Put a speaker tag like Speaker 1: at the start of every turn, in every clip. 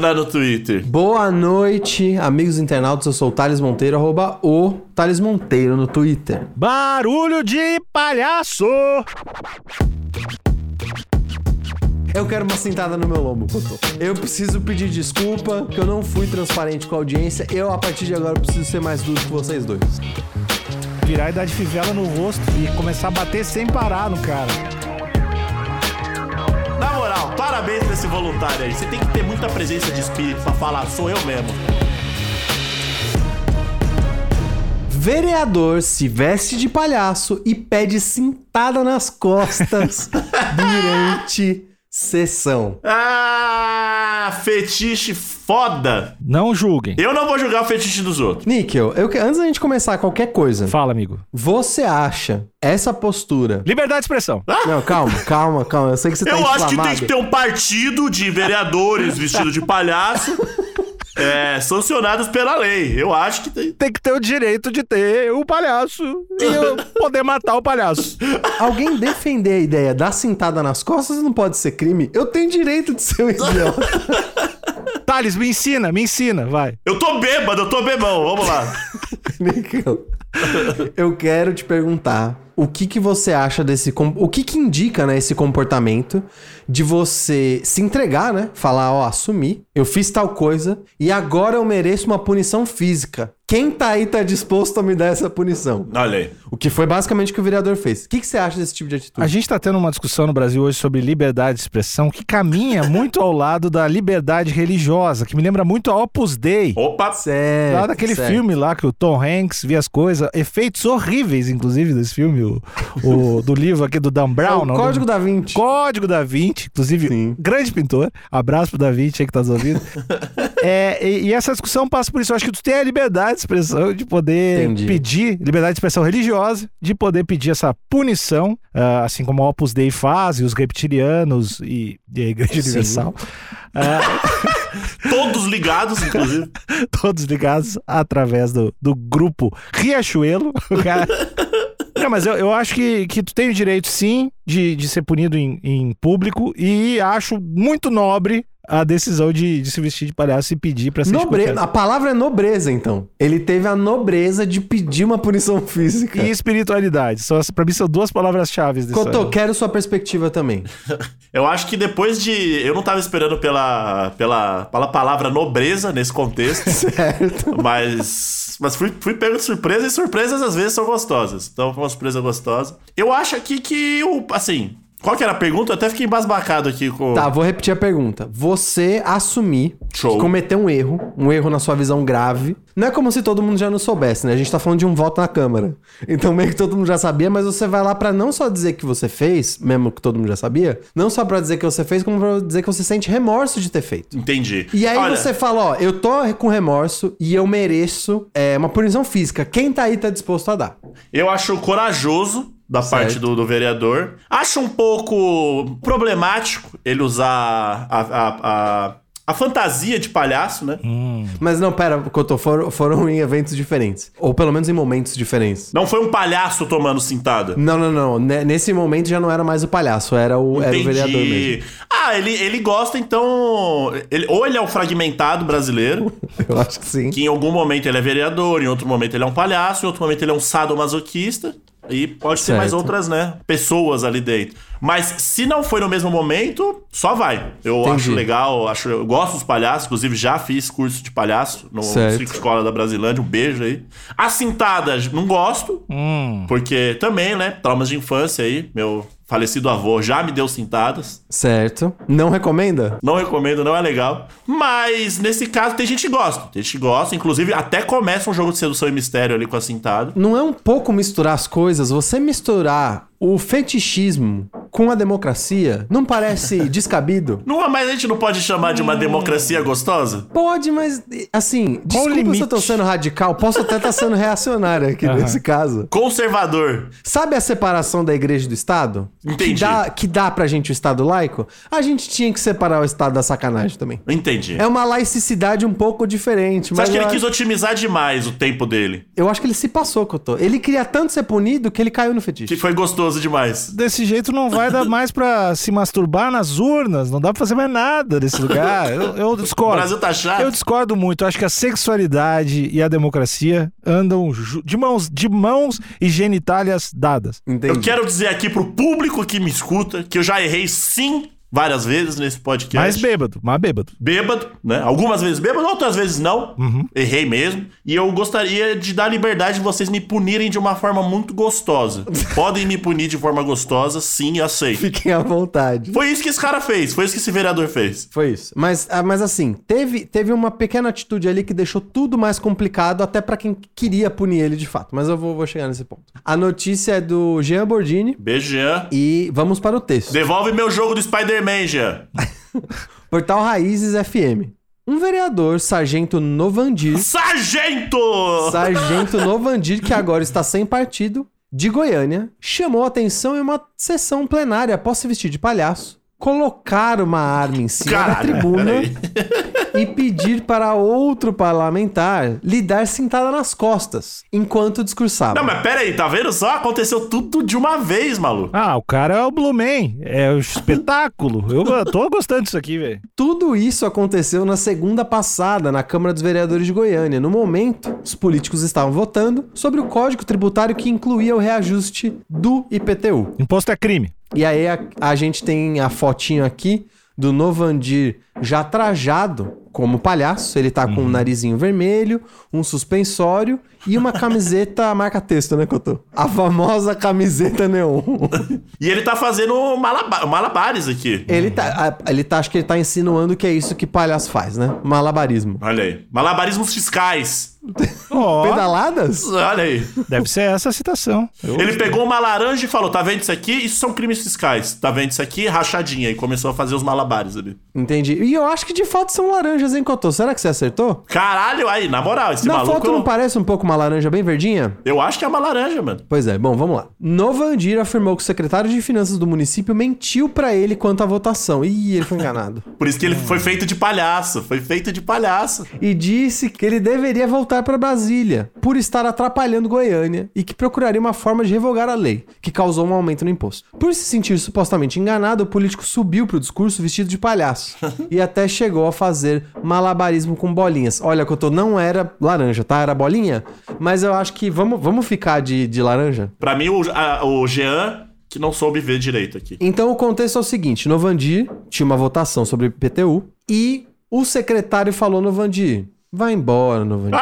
Speaker 1: lá no Twitter.
Speaker 2: Boa noite, amigos internautas. Eu sou o Thales Monteiro, arroba o Thales Monteiro no Twitter.
Speaker 3: Barulho de palhaço!
Speaker 2: Eu quero uma sentada no meu lombo, Cotô. Eu preciso pedir desculpa que eu não fui transparente com a audiência. Eu, a partir de agora, preciso ser mais duro que vocês dois.
Speaker 3: Virar e dar de fivela no rosto e começar a bater sem parar no cara.
Speaker 1: Na moral, parabéns pra esse voluntário aí. Você tem que ter muita presença de espírito pra falar, sou eu mesmo.
Speaker 2: Vereador se veste de palhaço e pede sentada nas costas durante sessão.
Speaker 1: Ah, fetiche foda!
Speaker 3: Não julguem.
Speaker 1: Eu não vou julgar o fetiche dos outros.
Speaker 2: Níquel, eu que- antes da gente começar qualquer coisa,
Speaker 3: Fala, amigo.
Speaker 2: você acha essa postura.
Speaker 3: Liberdade de expressão.
Speaker 2: Não, calma, calma, calma. Eu sei que você tá
Speaker 1: Ah! Eu acho que tem
Speaker 2: inflamado.
Speaker 1: que ter um partido de vereadores vestidos de palhaço. É, sancionados pela lei. Eu acho que tem.
Speaker 3: Tem que ter o direito de ter o palhaço e eu poder matar o palhaço.
Speaker 2: Alguém defender a ideia da sentada nas costas não pode ser crime? Eu tenho direito de ser um idiota.
Speaker 3: Thales, me ensina, me ensina, vai.
Speaker 1: Eu tô bêbado, eu tô bebão. Vamos lá.
Speaker 2: Nickel. Eu quero te perguntar o que, que você acha desse. com- O que, que indica, né, esse comportamento de você se entregar, né? Falar, ó, assumi, eu fiz tal coisa e agora eu mereço uma punição física. Quem tá aí tá disposto a me dar essa punição?
Speaker 1: Olha aí.
Speaker 2: O que foi basicamente o que o vereador fez. O que, que você acha desse tipo de atitude?
Speaker 3: A gente tá tendo uma discussão no Brasil hoje sobre liberdade de expressão que caminha muito ao lado da liberdade religiosa, que me lembra muito a Opus Dei.
Speaker 1: Opa!
Speaker 2: Certo,
Speaker 3: Lá daquele
Speaker 2: certo.
Speaker 3: filme lá que o Tom Hanks via as coisas, efeitos horríveis, inclusive, desse filme, o, o- do livro aqui do Dan
Speaker 2: É
Speaker 3: Brown.
Speaker 2: o
Speaker 3: não,
Speaker 2: Código
Speaker 3: do-
Speaker 2: da 20.
Speaker 3: Código da Vinci, inclusive,
Speaker 2: Sim.
Speaker 3: grande pintor. Abraço pro da Vinci aí que tá nos ouvindo. É, e, e essa discussão passa por isso. Eu acho que tu tem a liberdade de expressão, de poder
Speaker 2: Entendi.
Speaker 3: pedir, liberdade de expressão religiosa, de poder pedir essa punição, ah, assim como a Opus Dei faz, e os reptilianos e, e a Igreja
Speaker 2: Sim.
Speaker 3: Universal. Ah,
Speaker 1: Todos ligados, inclusive.
Speaker 3: todos ligados através do, do grupo Riachuelo. O cara- Não, mas eu, eu acho que, que tu tem o direito, sim, de, de ser punido em, em público e acho muito nobre a decisão de, de se vestir de palhaço e pedir pra ser
Speaker 2: Nobre...
Speaker 3: escutado.
Speaker 2: A palavra é nobreza, então. Ele teve a nobreza de pedir uma punição física.
Speaker 3: E espiritualidade. Só, pra mim são duas palavras-chave disso.
Speaker 2: Cotô,
Speaker 3: aí.
Speaker 2: quero sua perspectiva também.
Speaker 1: Eu acho que depois de. Eu não tava esperando pela, pela, pela palavra nobreza nesse contexto,
Speaker 2: certo.
Speaker 1: mas. Mas fui, fui pego de surpresa e surpresas às vezes são gostosas. Então foi uma surpresa gostosa. Eu acho aqui que o. Assim. Qual que era a pergunta? Eu até fiquei embasbacado aqui com.
Speaker 2: Tá, vou repetir a pergunta. Você assumir
Speaker 1: Show.
Speaker 2: que cometeu um erro, um erro na sua visão grave. Não é como se todo mundo já não soubesse, né? A gente tá falando de um voto na Câmara. Então meio que todo mundo já sabia, mas você vai lá pra não só dizer que você fez, mesmo que todo mundo já sabia, não só pra dizer que você fez, como pra dizer que você sente remorso de ter feito.
Speaker 1: Entendi.
Speaker 2: E aí
Speaker 1: Olha,
Speaker 2: você fala, ó, eu tô com remorso e eu mereço é, uma punição física. Quem tá aí tá disposto a dar.
Speaker 1: Eu acho corajoso da parte do, do vereador. Acho um pouco problemático ele usar a. a, a a fantasia de palhaço, né?
Speaker 2: Mas não, pera, Cotô, foram, foram em eventos diferentes. Ou pelo menos em momentos diferentes.
Speaker 1: Não foi um palhaço tomando cintada.
Speaker 2: Não, não, não. Ne- Nesse momento já não era mais o palhaço, era o, era o vereador mesmo.
Speaker 1: Ah, ele, ele gosta, então. ele- ou ele é o fragmentado brasileiro,
Speaker 2: Eu acho que sim.
Speaker 1: que em algum momento ele é vereador, em outro momento ele é um palhaço, em outro momento ele é um sadomasoquista. E pode ter
Speaker 2: Certo.
Speaker 1: mais outras, né? Pessoas ali dentro. Mas se não foi no mesmo momento, só vai. Eu
Speaker 2: Entendi.
Speaker 1: acho legal, acho, eu gosto dos palhaços, inclusive já fiz curso de palhaço no
Speaker 2: Certo.
Speaker 1: Circo Escola da Brasilândia, um beijo aí. As cintadas, não gosto,
Speaker 3: Hum.
Speaker 1: porque também, né? Traumas de infância aí. Meu falecido avô já me deu cintadas.
Speaker 2: Certo. Não recomenda?
Speaker 1: Não recomendo, não é legal. Mas nesse caso tem gente que gosta. Tem gente que gosta. Inclusive, até começa um jogo de sedução e mistério ali com a cintada.
Speaker 2: Não é um pouco misturar as coisas? Você misturar o fetichismo com a democracia não parece descabido?
Speaker 1: Não, mas a gente não pode chamar
Speaker 2: Hum.
Speaker 1: de uma democracia gostosa?
Speaker 2: Pode, mas assim,
Speaker 3: Qual o
Speaker 2: desculpa se eu tô
Speaker 3: limite?
Speaker 2: sendo radical, posso até estar sendo reacionário aqui
Speaker 3: Aham.
Speaker 2: nesse caso.
Speaker 1: Conservador.
Speaker 2: Sabe a separação da igreja e do Estado? Que
Speaker 1: Entendi.
Speaker 2: dá, que dá pra gente o Estado laico? A gente tinha que separar o Estado da sacanagem também.
Speaker 1: Entendi.
Speaker 2: É uma laicidade um pouco diferente,
Speaker 1: Você
Speaker 2: mas
Speaker 1: acha que
Speaker 2: eu,
Speaker 1: ele
Speaker 2: acho-
Speaker 1: quis otimizar demais o tempo dele?
Speaker 2: eu acho que ele se passou, Cotô. Ele queria tanto ser punido que ele caiu no fetiche.
Speaker 1: Que foi gostoso demais.
Speaker 3: Desse jeito não vai dar mais pra se masturbar nas urnas, não dá pra fazer mais nada nesse lugar. Eu, eu
Speaker 1: O
Speaker 3: discordo.
Speaker 1: Brasil tá chato.
Speaker 3: Eu discordo muito. Eu acho que a sexualidade e a democracia andam ju- de mãos, de mãos e genitálias dadas.
Speaker 2: Entendi.
Speaker 1: Eu quero dizer aqui pro público que me escuta que eu já errei sim várias vezes nesse podcast.
Speaker 3: Mais bêbado, mais bêbado.
Speaker 1: bêbado, né? Algumas vezes bêbado, outras vezes não. Errei mesmo. E eu gostaria de dar liberdade de vocês me punirem de uma forma muito gostosa. Podem me punir de forma gostosa, sim, eu aceito.
Speaker 2: Fiquem à vontade.
Speaker 1: Foi isso que esse cara fez, foi isso que esse vereador fez.
Speaker 2: Foi isso. Mas, ah, mas assim, teve, teve uma pequena atitude ali que deixou tudo mais complicado, até pra quem queria punir ele de fato. Mas eu vou, vou chegar nesse ponto. A notícia é do Jean Bordini.
Speaker 1: Beijo, Jean.
Speaker 2: E vamos para o texto.
Speaker 1: Devolve meu jogo do Spider-Man, Jean.
Speaker 2: Portal Raízes FM. Um vereador, Sargento Novandir.
Speaker 1: Sargento!
Speaker 2: Sargento Novandir, que agora está sem partido, de Goiânia, chamou atenção em uma sessão plenária após se vestir de palhaço, colocar uma arma em cima
Speaker 1: Caralho,
Speaker 2: da tribuna
Speaker 1: peraí.
Speaker 2: e pedir para outro parlamentar lhe dar cintada nas costas, enquanto discursava.
Speaker 1: Não, mas pera aí, tá vendo só? Aconteceu tudo de uma vez, maluco.
Speaker 3: Ah, o cara é o Blue Man. É o espetáculo. Eu go- tô gostando disso aqui, velho.
Speaker 2: Tudo isso aconteceu na segunda passada na Câmara dos Vereadores de Goiânia. No momento, os políticos estavam votando sobre o código tributário que incluía o reajuste do IPTU.
Speaker 3: Imposto é crime.
Speaker 2: E aí a, a gente tem a fotinho aqui do Novandir já trajado como palhaço. Ele tá com um narizinho vermelho, um suspensório e uma camiseta marca texto, né, Cotô? A famosa camiseta neon.
Speaker 1: E ele tá fazendo malaba- malabares aqui.
Speaker 2: ele tá, a- ele tá, acho que ele tá insinuando que é isso que palhaço faz, né? Malabarismo.
Speaker 1: Olha aí. Malabarismos fiscais.
Speaker 3: Ó,
Speaker 2: Pedaladas?
Speaker 1: Olha aí.
Speaker 3: deve ser essa a citação. Eu-
Speaker 2: né?
Speaker 1: Ele pegou uma laranja e falou: tá vendo isso aqui? Isso são crimes fiscais. Tá vendo isso aqui? Rachadinha. E começou a fazer os malabares ali.
Speaker 2: Entendi. E eu acho que de fato são laranjas, hein, Cotô? Será que você acertou?
Speaker 1: Caralho, aí, na moral, esse
Speaker 2: Na
Speaker 1: maluco. é
Speaker 2: foto
Speaker 1: eu,
Speaker 2: não parece um pouco uma laranja bem verdinha?
Speaker 1: eu acho que é uma laranja, mano.
Speaker 2: Pois é, bom, vamos lá. Novandir afirmou que o secretário de finanças do município mentiu pra ele quanto à votação. Ih, ele foi enganado.
Speaker 1: Por isso que
Speaker 2: Hum.
Speaker 1: ele foi feito de palhaço. Foi feito de palhaço.
Speaker 2: e disse que ele deveria voltar pra Brasília por estar atrapalhando Goiânia e que procuraria uma forma de revogar a lei, que causou um aumento no imposto. Por se sentir supostamente enganado, o político subiu pro discurso vestido de palhaço e até chegou a fazer malabarismo com bolinhas. Olha, Cotô, não era laranja, tá? Era bolinha, mas eu acho que vamos, vamos ficar de, de laranja.
Speaker 1: Pra mim, o, a- o Jean, que não soube ver direito aqui.
Speaker 2: Então o contexto é o seguinte: Novandir tinha uma votação sobre PTU e o secretário falou Novandir, vai embora, Novandir.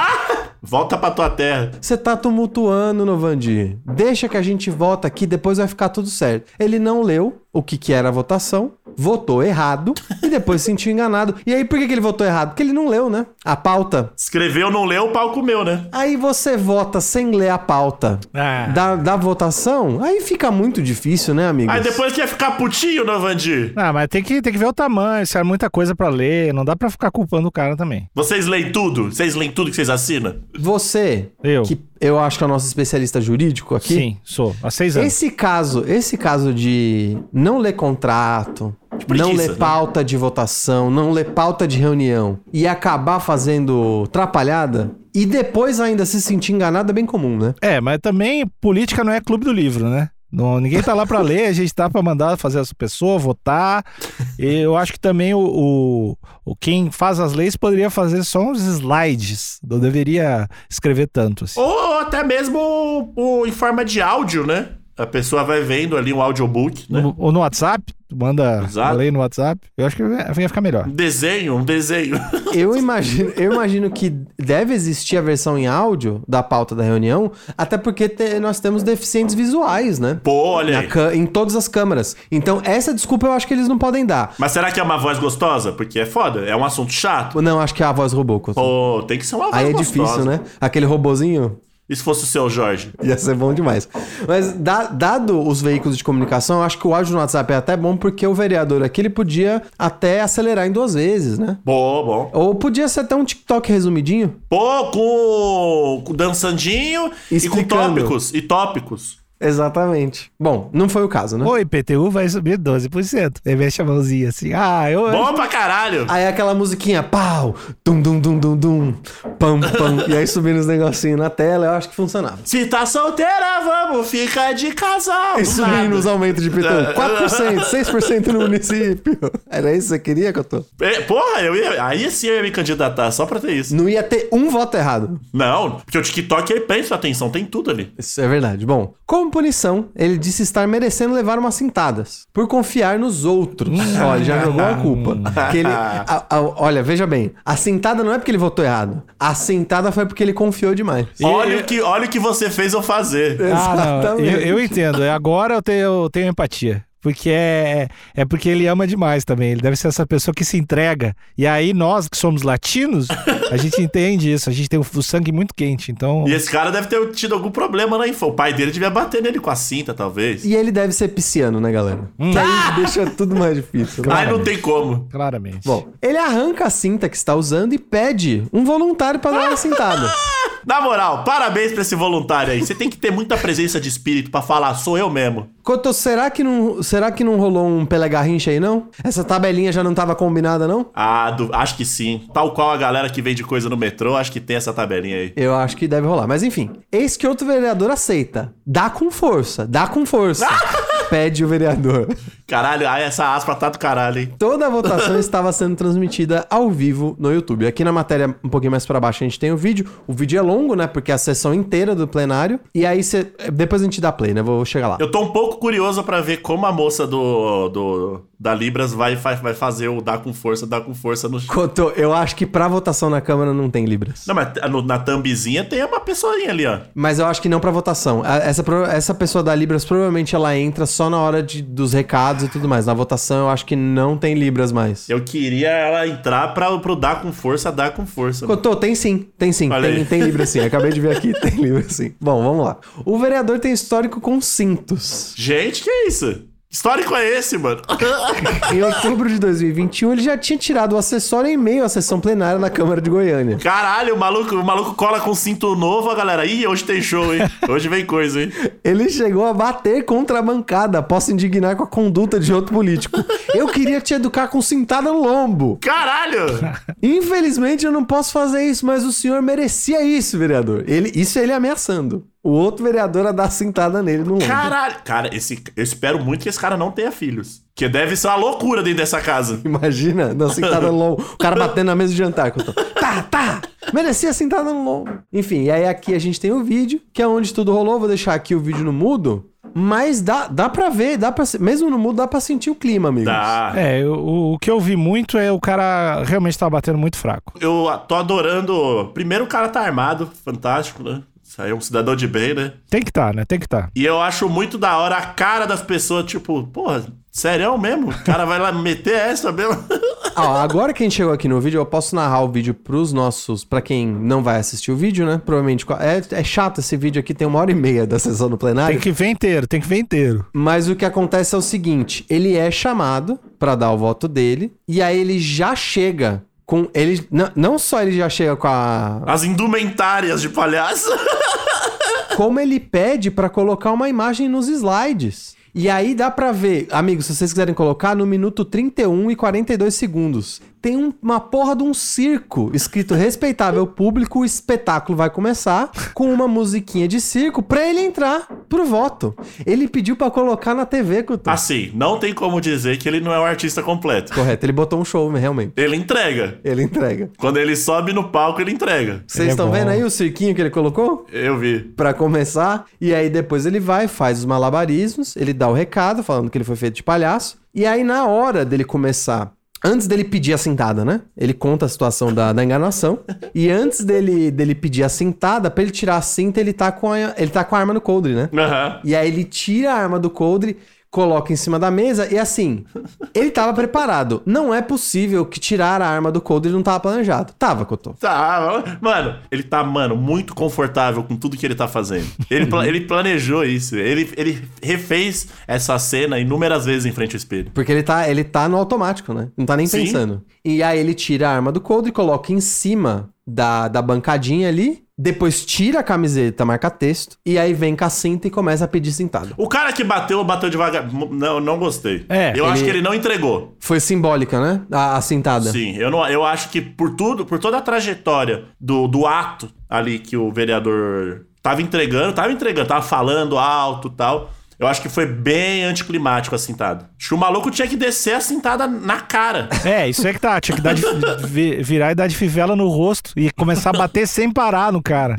Speaker 1: Volta pra tua terra.
Speaker 2: Você tá tumultuando, Novandir. Deixa que a gente vota aqui, depois vai ficar tudo certo. Ele não leu o que, que era a votação, votou errado e depois se sentiu enganado. E aí, por que, que ele votou errado? Porque ele não leu, né? A pauta.
Speaker 1: Escreveu, não leu, o pau comeu, né?
Speaker 2: Aí você vota sem ler a pauta
Speaker 1: É.
Speaker 3: Ah.
Speaker 2: da, da votação, aí fica muito difícil, né, amigo?
Speaker 1: Aí depois quer ficar putinho, né, Novandir.
Speaker 3: Ah, mas tem que, tem que ver o tamanho, se é muita coisa pra ler, não dá pra ficar culpando o cara também.
Speaker 1: Vocês leem tudo? Vocês leem tudo que vocês assinam?
Speaker 2: Você,
Speaker 3: Eu.
Speaker 2: que eu acho que é o nosso especialista jurídico aqui.
Speaker 3: Sim, sou. Há seis anos.
Speaker 2: Esse caso, esse caso de não ler contrato,
Speaker 1: preguiça,
Speaker 2: não ler
Speaker 1: né?
Speaker 2: pauta de votação, não ler pauta de reunião e acabar fazendo trapalhada e depois ainda se sentir enganado é bem comum, né?
Speaker 3: É, mas também política não é clube do livro, né? Não, ninguém tá lá pra ler, a gente tá pra mandar fazer as pessoas votar. E eu acho que também o, o, o quem faz as leis poderia fazer só uns slides. Não deveria escrever tanto assim.
Speaker 1: Ou até mesmo o- o- em forma de áudio, né? A pessoa vai vendo ali um audiobook, né?
Speaker 3: No- Ou no WhatsApp, tu manda a
Speaker 1: Exato.
Speaker 3: lei no WhatsApp. Né? Eu acho que ia ficar melhor.
Speaker 1: Um desenho, um desenho.
Speaker 2: Eu imagino, eu imagino que deve existir a versão em áudio da pauta da reunião, até porque te- nós temos deficientes visuais, né?
Speaker 1: Pô, olha
Speaker 2: Na
Speaker 1: aí.
Speaker 2: cã- em todas as câmaras. Então, essa desculpa eu acho que eles não podem dar.
Speaker 1: Mas será que é uma voz gostosa? Porque é foda, é um assunto chato.
Speaker 2: Não, acho que é a voz robô. Cotô.
Speaker 1: Pô, tem que ser uma voz
Speaker 2: Aí é
Speaker 1: gostosa.
Speaker 2: difícil, né? Aquele robozinho.
Speaker 1: E se fosse o seu Jorge?
Speaker 2: Ia ser bom demais. Mas da- dado os veículos de comunicação, eu acho que o áudio no WhatsApp é até bom porque o vereador aqui ele podia até acelerar em duas vezes, né?
Speaker 1: Bom, bom.
Speaker 2: Ou podia ser até um TikTok resumidinho.
Speaker 1: Pô, com, com dançandinho e com
Speaker 2: Explicando.
Speaker 1: tópicos. E tópicos.
Speaker 2: Exatamente. Bom, não foi o caso, né?
Speaker 3: O IPTU vai subir 12%. Aí mexe a mãozinha assim. Ah, eu.
Speaker 1: Bom pra caralho.
Speaker 2: Aí aquela musiquinha, pau, dum dum dum dum dum, pam pam, e aí subindo os negocinhos na tela, eu acho que funcionava.
Speaker 1: Se tá solteira, vamos ficar de casal.
Speaker 2: E
Speaker 1: do nada.
Speaker 2: subindo os aumentos de pitão, 4%, 6% no município. Era isso que você queria, Cotô?
Speaker 1: É, Porra, eu ia, aí sim eu ia me candidatar, só pra ter isso.
Speaker 2: Não ia ter um voto errado.
Speaker 1: Não, porque o TikTok ele prende sua atenção, tem tudo ali.
Speaker 2: Isso é verdade. Bom, como punição, ele disse estar merecendo levar umas cintadas por confiar nos outros. olha, já jogou a culpa. Que ele- a- a- olha, veja bem, a cintada não é porque ele votou errado. A cintada foi porque ele confiou demais.
Speaker 1: Olha, o que, olha o que você fez eu fazer.
Speaker 3: Ah, não.
Speaker 2: Exatamente.
Speaker 3: Eu, eu entendo. É, Agora eu tenho, eu tenho empatia. Porque é, é porque ele ama demais também. Ele deve ser essa pessoa que se entrega. E aí, nós que somos latinos, a gente entende isso. A gente tem o, o sangue muito quente. Então.
Speaker 1: E esse cara deve ter tido algum problema na infância. O pai dele devia bater nele com a cinta, talvez.
Speaker 2: E ele deve ser pisciano, né, galera? Que aí deixa tudo mais difícil. né?
Speaker 1: Aí não tem como.
Speaker 3: Claramente.
Speaker 2: Bom, ele arranca a cinta que está usando e pede um voluntário para dar uma cintada.
Speaker 1: Na moral, parabéns pra esse voluntário aí. Você tem que ter muita presença de espírito pra falar, sou eu mesmo.
Speaker 2: Cotô, será que não, será que não rolou um pelegarrincha aí, não? Essa tabelinha já não estava combinada, não?
Speaker 1: Ah, du- acho que sim. Tal qual a galera que vende coisa no metrô, acho que tem essa tabelinha aí.
Speaker 2: Eu acho que deve rolar. Mas enfim, eis que outro vereador aceita. Dá com força, dá com força. Pede o vereador.
Speaker 1: Caralho, ai, essa aspa tá do caralho, hein?
Speaker 2: Toda a votação estava sendo transmitida ao vivo no YouTube. Aqui na matéria, um pouquinho mais para baixo, a gente tem o vídeo. O vídeo é longo, né? Porque é a sessão inteira do plenário. E aí você. Depois a gente dá play, né? Vou chegar lá.
Speaker 1: Eu tô um pouco curioso pra ver como a moça do, do da Libras vai, fa- vai fazer o dar com força, dar com força no.
Speaker 2: Cotô, eu acho que pra votação na Câmara não tem Libras.
Speaker 1: Não, mas no- na thumbzinha tem uma pessoinha ali, ó.
Speaker 2: Mas eu acho que não pra votação. A- Essa, pro- essa pessoa da Libras provavelmente ela entra só na hora de- dos recados e tudo mais. Na votação eu acho que não tem Libras mais.
Speaker 1: Eu queria ela entrar pra, pro dar com força, dar com força.
Speaker 2: Cotô, tem sim, tem sim,
Speaker 1: Olha aí.
Speaker 2: tem, tem Libras sim. Acabei de ver aqui, tem Libras sim. Bom, vamos lá. O vereador tem histórico com cintos.
Speaker 1: Gente, que isso? Histórico é esse, mano?
Speaker 2: Em outubro de 2021, ele já tinha tirado o acessório em meio à sessão plenária na Câmara de Goiânia.
Speaker 1: Caralho, o maluco, o maluco cola com cinto novo, a galera. Ih, hoje tem show, hein? Hoje vem coisa, hein?
Speaker 2: Ele chegou a bater contra a bancada após se indignar com a conduta de outro político. Eu queria te educar com cintada no lombo.
Speaker 1: Caralho!
Speaker 2: Infelizmente eu não posso fazer isso, mas o senhor merecia isso, vereador. Ele, isso é ele ameaçando. O outro vereador a dar cintada nele no ombro.
Speaker 1: Caralho! Cara, esse, eu espero muito que esse cara não tenha filhos. Que deve ser uma loucura dentro dessa casa.
Speaker 2: Imagina, na cintada no lombo. O cara batendo na mesa de jantar. Couto. Tá, tá! Merecia a cintada no lombo. Enfim, e aí aqui a gente tem o vídeo, que é onde tudo rolou. Vou deixar aqui o vídeo no mudo. Mas dá, dá pra ver, dá pra, se- mesmo no mudo, dá pra sentir o clima, amigo.
Speaker 1: Tá.
Speaker 3: É, o, o que eu vi muito é o cara realmente tava batendo muito fraco.
Speaker 1: Eu tô adorando. Primeiro, o cara tá armado, fantástico, né? Isso aí é um cidadão de bem, né?
Speaker 3: Tem que tá, né? Tem que tá.
Speaker 1: E eu acho muito da hora a cara das pessoas, tipo, porra, sério mesmo? O cara vai lá meter essa mesmo?
Speaker 2: Ó, agora que a gente chegou aqui no vídeo, eu posso narrar o vídeo pros nossos. Pra quem não vai assistir o vídeo, né? Provavelmente. É, é chato esse vídeo aqui, tem uma hora e meia da sessão do plenário.
Speaker 3: Tem que ver inteiro, tem que ver inteiro.
Speaker 2: Mas o que acontece é o seguinte: ele é chamado pra dar o voto dele, e aí ele já chega com. ele Não, não só ele já chega com a.
Speaker 1: As indumentárias de palhaço.
Speaker 2: Como ele pede pra colocar uma imagem nos slides. E aí dá pra ver, amigos, se vocês quiserem colocar, no minuto 31 e 42 segundos, tem um- uma porra de um circo escrito respeitável público, o espetáculo vai começar com uma musiquinha de circo pra ele entrar pro voto. Ele pediu pra colocar na TV, Couto.
Speaker 1: Assim, não tem como dizer que ele não é um artista completo.
Speaker 2: Correto, ele botou um show, realmente.
Speaker 1: Ele entrega.
Speaker 2: Ele entrega.
Speaker 1: Quando ele sobe no palco, ele entrega.
Speaker 2: Vocês
Speaker 3: é
Speaker 2: estão
Speaker 3: bom.
Speaker 2: vendo aí o cirquinho que ele colocou?
Speaker 1: Eu vi.
Speaker 2: Pra começar. E aí depois ele vai, faz os malabarismos, ele dá o recado falando que ele foi feito de palhaço. E aí na hora dele começar, antes dele pedir a sentada, né? Ele conta a situação da, da enganação. E antes dele, dele pedir a sentada, pra ele tirar a cinta, ele tá com a, ele tá com a arma no coldre, né?
Speaker 1: Aham.
Speaker 2: E aí ele tira a arma do coldre. coloca em cima da mesa e assim, ele tava preparado. Não é possível que tirar a arma do Cold ele não tava planejado. Tava, Cotô.
Speaker 1: Tá, mano, ele tá, mano, muito confortável com tudo que ele tá fazendo. Ele, pla- ele planejou isso. Ele, ele refez essa cena inúmeras vezes em frente ao espelho.
Speaker 2: Porque ele tá, ele tá no automático, né? Não tá nem
Speaker 1: Sim.
Speaker 2: pensando. E aí ele tira a arma do Cold e coloca em cima da, da bancadinha ali. Depois tira a camiseta, marca texto. E aí vem com a cinta e começa a pedir cintado.
Speaker 1: O cara que bateu, bateu devagar. M- Não, não gostei.
Speaker 3: É,
Speaker 1: eu acho
Speaker 2: ele-
Speaker 1: que ele não entregou.
Speaker 2: Foi simbólica, né? A, a cintada.
Speaker 1: Sim, eu, não, eu acho que por tudo, por toda a trajetória do, do ato ali que o vereador tava entregando, tava entregando, tava falando alto e tal. Eu acho que foi bem anticlimático a cintada. Acho que o maluco tinha que descer a cintada na cara.
Speaker 3: É, isso é que tá. Tinha que dar de, vi- virar e dar de fivela no rosto e começar a bater sem parar no cara.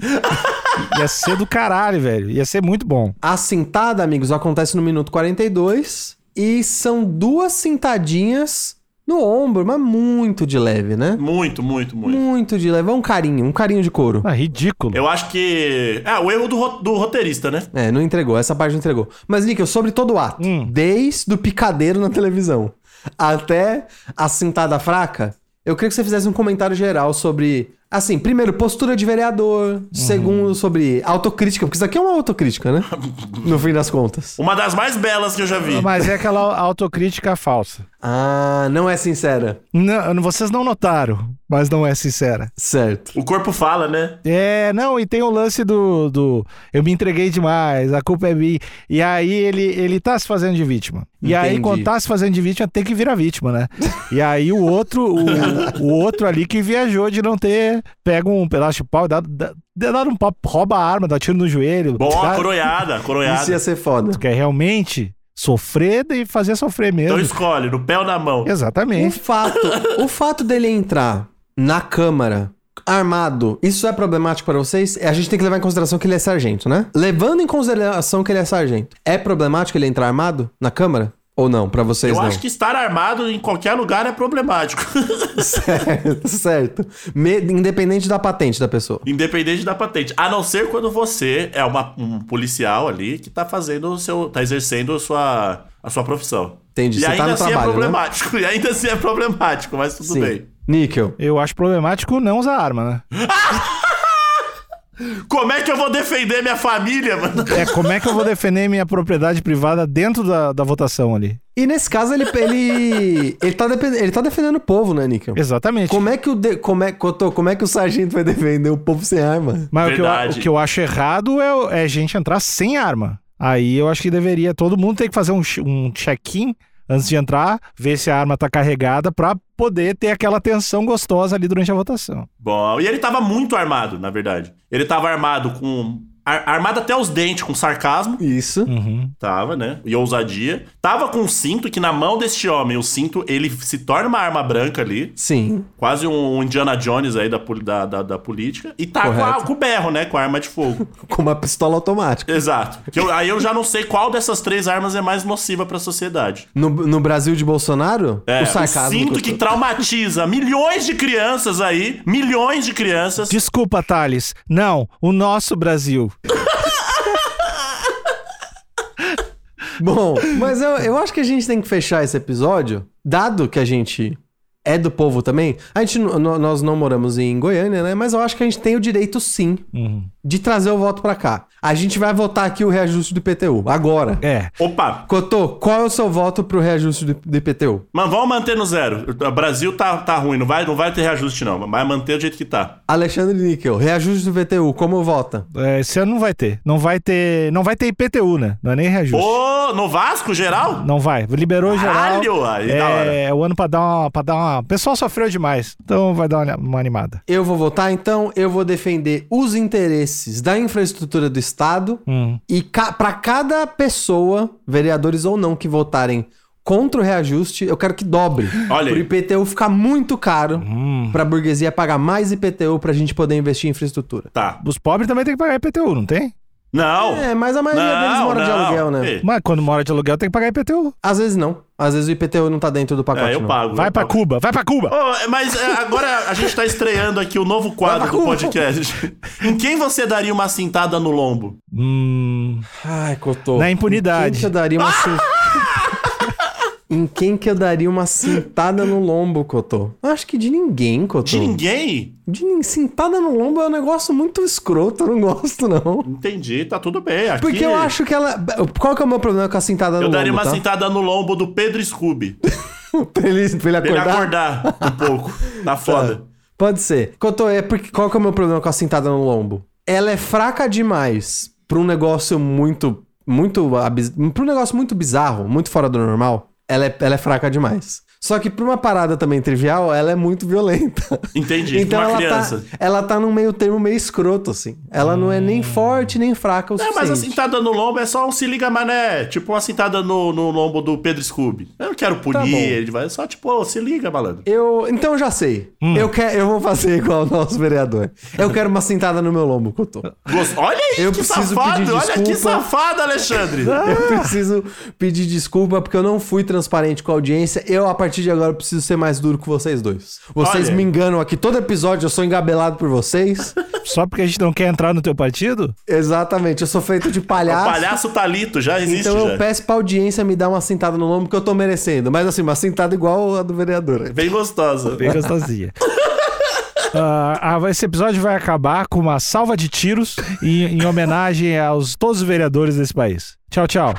Speaker 3: Ia ser do caralho, velho. Ia ser muito bom.
Speaker 2: A cintada, amigos, acontece no minuto 42. E são duas cintadinhas no ombro, mas muito de leve, né?
Speaker 1: Muito, muito, muito.
Speaker 2: Muito de leve. É um carinho, um carinho de couro.
Speaker 3: Ah, ridículo.
Speaker 1: Eu acho que. É, o erro do, ro- do roteirista, né?
Speaker 2: É, não entregou, essa parte não entregou. Mas, Níquel, sobre todo o ato,
Speaker 3: Hum.
Speaker 2: desde o picadeiro na televisão até a cintada fraca, eu queria que você fizesse um comentário geral sobre, assim, primeiro, postura de vereador, segundo, sobre autocrítica, porque isso aqui é uma autocrítica, né? No fim das contas.
Speaker 1: Uma das mais belas que eu já vi.
Speaker 3: Mas é aquela autocrítica falsa.
Speaker 2: Ah, não é sincera.
Speaker 3: Não, vocês não notaram, mas não é sincera.
Speaker 2: Certo.
Speaker 1: O corpo fala, né?
Speaker 3: É, não, e tem o lance do, do eu me entreguei demais, a culpa é minha. E aí ele, ele tá se fazendo de vítima. E aí,
Speaker 2: Entendi.
Speaker 3: quando tá se fazendo de vítima, tem que virar vítima, né? E aí o outro, o, o outro ali que viajou de não ter, pega um pedaço de pau, dá, dá, dá um pau, rouba a arma, dá tiro no joelho.
Speaker 1: Bom, a
Speaker 3: dá,
Speaker 1: coroiada, a
Speaker 2: Isso ia
Speaker 1: coroiada.
Speaker 2: ser foda.
Speaker 3: que Tá. é realmente sofrer e fazer sofrer mesmo.
Speaker 1: Então escolhe, no pé ou na mão.
Speaker 2: O
Speaker 3: Exatamente.
Speaker 2: fato, o fato dele entrar na Câmara armado, isso é problemático para vocês? A gente tem que levar em consideração que ele é sargento, né? Levando em consideração que ele é sargento, é problemático ele entrar armado na Câmara? Ou não, para vocês
Speaker 1: Eu
Speaker 2: não?
Speaker 1: acho que estar armado em qualquer lugar é problemático.
Speaker 2: certo, certo. Me- independente da patente da pessoa.
Speaker 1: Independente da patente. A não ser quando você é uma- um policial ali que tá fazendo o seu. tá exercendo a sua, a sua profissão.
Speaker 2: Entendi,
Speaker 1: E
Speaker 2: você tá
Speaker 1: ainda
Speaker 2: no
Speaker 1: assim
Speaker 2: trabalho,
Speaker 1: é problemático. E ainda assim é problemático, mas tudo bem.
Speaker 2: Níquel.
Speaker 3: Eu acho problemático não usar arma, né?
Speaker 1: Como é que eu vou defender minha família, mano?
Speaker 3: É como é que eu vou defender minha propriedade privada dentro da, da votação ali?
Speaker 2: E nesse caso ele ele ele tá, depend- ele tá defendendo o povo, né, Níquel?
Speaker 3: Exatamente.
Speaker 2: Como é que o de- como é, Cotô, como é que o sargento vai defender o povo sem arma?
Speaker 3: Mas o que, eu,
Speaker 1: Verdade.
Speaker 3: o que eu acho errado é, o- é a gente entrar sem arma. Aí eu acho que deveria, todo mundo tem que fazer um, che- um check-in antes de entrar, ver se a arma tá carregada pra poder ter aquela tensão gostosa ali durante a votação.
Speaker 1: Bom, e ele tava muito armado, na verdade. Ele tava armado com. ar- armado até os dentes, com sarcasmo.
Speaker 2: Isso.
Speaker 3: Uhum.
Speaker 1: Tava, né? E ousadia. Tava com um cinto que na mão deste homem, o cinto, ele se torna uma arma branca ali.
Speaker 2: Sim.
Speaker 1: Quase um um Indiana Jones aí da, poli- da, da, da política. E tá com, a-
Speaker 2: Correto.
Speaker 1: com o berro, né? Com a arma de fogo.
Speaker 2: Com uma pistola automática.
Speaker 1: Exato. Que eu- aí eu já não sei qual dessas três armas é mais nociva pra sociedade.
Speaker 2: No, no Brasil de Bolsonaro?
Speaker 1: É,
Speaker 2: o sarcasmo.
Speaker 1: cinto
Speaker 2: eu
Speaker 1: que
Speaker 2: tô-
Speaker 1: traumatiza milhões de crianças aí. Milhões de crianças.
Speaker 3: Desculpa, Thales. Não, o nosso Brasil.
Speaker 2: Bom, mas eu, eu acho que a gente tem que fechar esse episódio, dado que a gente é do povo também. A gente, n- n- nós não moramos em Goiânia, né? Mas eu acho que a gente tem o direito, sim,
Speaker 3: Uhum.
Speaker 2: de trazer o voto pra cá. A gente vai votar aqui o reajuste do IPTU, agora.
Speaker 3: É.
Speaker 1: Opa,
Speaker 2: Cotô, qual é o seu voto pro reajuste do, do IPTU?
Speaker 1: mas vamos manter no zero. O Brasil tá, tá ruim, não vai, não vai ter reajuste, não. Vai manter do jeito que tá.
Speaker 2: Alexandre Níquel, reajuste do IPTU, como vota?
Speaker 3: É, Esse ano não vai ter. Não vai ter. Não vai ter IPTU, né? Não é nem reajuste.
Speaker 1: Ô, no Vasco, geral?
Speaker 3: Não vai. Liberou geral.
Speaker 1: Caralho, aí da hora.
Speaker 3: É, o ano pra dar uma. Pra dar uma... O pessoal sofreu demais. Então vai dar uma, uma animada.
Speaker 2: Eu vou votar, então, eu vou defender os interesses da infraestrutura do Estado
Speaker 3: Hum.
Speaker 2: E ca para cada pessoa, vereadores ou não, que votarem contra o reajuste, eu quero que dobre.
Speaker 1: Olha
Speaker 2: Pro
Speaker 1: aí.
Speaker 2: IPTU ficar muito caro, pra burguesia pagar mais IPTU pra gente poder investir em infraestrutura.
Speaker 1: Tá.
Speaker 3: Os pobres também tem que pagar IPTU, não tem?
Speaker 1: Não.
Speaker 2: É, mas a maioria deles
Speaker 1: Não,
Speaker 2: mora de
Speaker 1: não.
Speaker 2: aluguel, né?
Speaker 1: Ei, é,
Speaker 3: Mas quando mora de aluguel tem que pagar IPTU.
Speaker 2: Às vezes não. Às vezes o IPTU não tá dentro do pacote.
Speaker 1: É, eu
Speaker 2: não.
Speaker 1: pago.
Speaker 3: Vai
Speaker 1: eu
Speaker 3: pra
Speaker 1: pago.
Speaker 3: Cuba, vai pra Cuba.
Speaker 1: Ô, mas é, agora a gente tá estreando aqui o novo quadro do podcast. em quem você daria uma cintada no lombo?
Speaker 3: Hum,
Speaker 2: Ai, Cotô.
Speaker 3: Na impunidade.
Speaker 2: Quem que eu daria uma cin- Em quem que eu daria uma cintada no lombo, Cotô? Eu Acho que de ninguém, Cotô.
Speaker 1: De ninguém?
Speaker 2: De nin- cintada no lombo é um negócio muito escroto, eu não gosto, não.
Speaker 1: Entendi, tá tudo bem. Aqui,
Speaker 2: Porque eu acho que ela. Qual que é o meu problema com a cintada
Speaker 1: Eu
Speaker 2: no lombo?
Speaker 1: daria uma
Speaker 2: tá?
Speaker 1: sentada no lombo do Pedro Scooby.
Speaker 2: pra, ele, pra ele
Speaker 1: Pra ele
Speaker 2: acordar.
Speaker 1: acordar um pouco. Tá foda.
Speaker 2: Pode ser. Cotô, é porque qual que é o meu problema com a cintada no lombo? Ela é fraca demais pra um negócio muito. Muito. abis- Pra um negócio muito bizarro, muito fora do normal. Ela é, ela é fraca demais. Só que pra uma parada também trivial, ela é muito violenta.
Speaker 1: Entendi. tipo
Speaker 2: então
Speaker 1: uma
Speaker 2: ela
Speaker 1: criança.
Speaker 2: tá, ela tá num meio termo meio escroto, assim. Ela não é nem forte, nem fraca o
Speaker 1: É, mas
Speaker 2: suficiente.
Speaker 1: a cintada no lombo é só um se liga mané. Tipo uma cintada no, no lombo do Pedro Scooby. Eu não quero
Speaker 2: Tá
Speaker 1: punir
Speaker 2: bom.
Speaker 1: ele, vai. É só tipo, ô, se liga, malandro.
Speaker 2: Eu, então eu já sei.
Speaker 1: Hum.
Speaker 2: Eu, quero, eu vou fazer igual o nosso vereador. Eu quero uma cintada no meu lombo, Cotô.
Speaker 1: Gost- Olha aí,
Speaker 2: Eu
Speaker 1: que
Speaker 2: preciso pedir
Speaker 1: safado. Olha que
Speaker 2: desculpa.
Speaker 1: safado, Alexandre.
Speaker 2: Eu preciso pedir desculpa porque eu não fui transparente com a audiência. Eu, a partir de agora, preciso ser mais duro com vocês dois. Vocês
Speaker 1: Olha.
Speaker 2: me enganam aqui. Todo episódio eu sou engabelado por vocês.
Speaker 3: Só porque a gente não quer entrar no teu partido?
Speaker 2: Exatamente. Eu sou feito de
Speaker 1: O
Speaker 2: palhaço.
Speaker 1: palhaço Talito já existe
Speaker 2: É então eu
Speaker 1: já.
Speaker 2: peço pra audiência me dar uma cintada no lombo que eu tô merecendo. Mas assim, uma cintada igual a do vereador.
Speaker 1: Bem gostosa.
Speaker 3: Bem gostosinha. Ah, ah, esse episódio vai acabar com uma salva de tiros em, em homenagem aos todos os vereadores desse país. Tchau, tchau.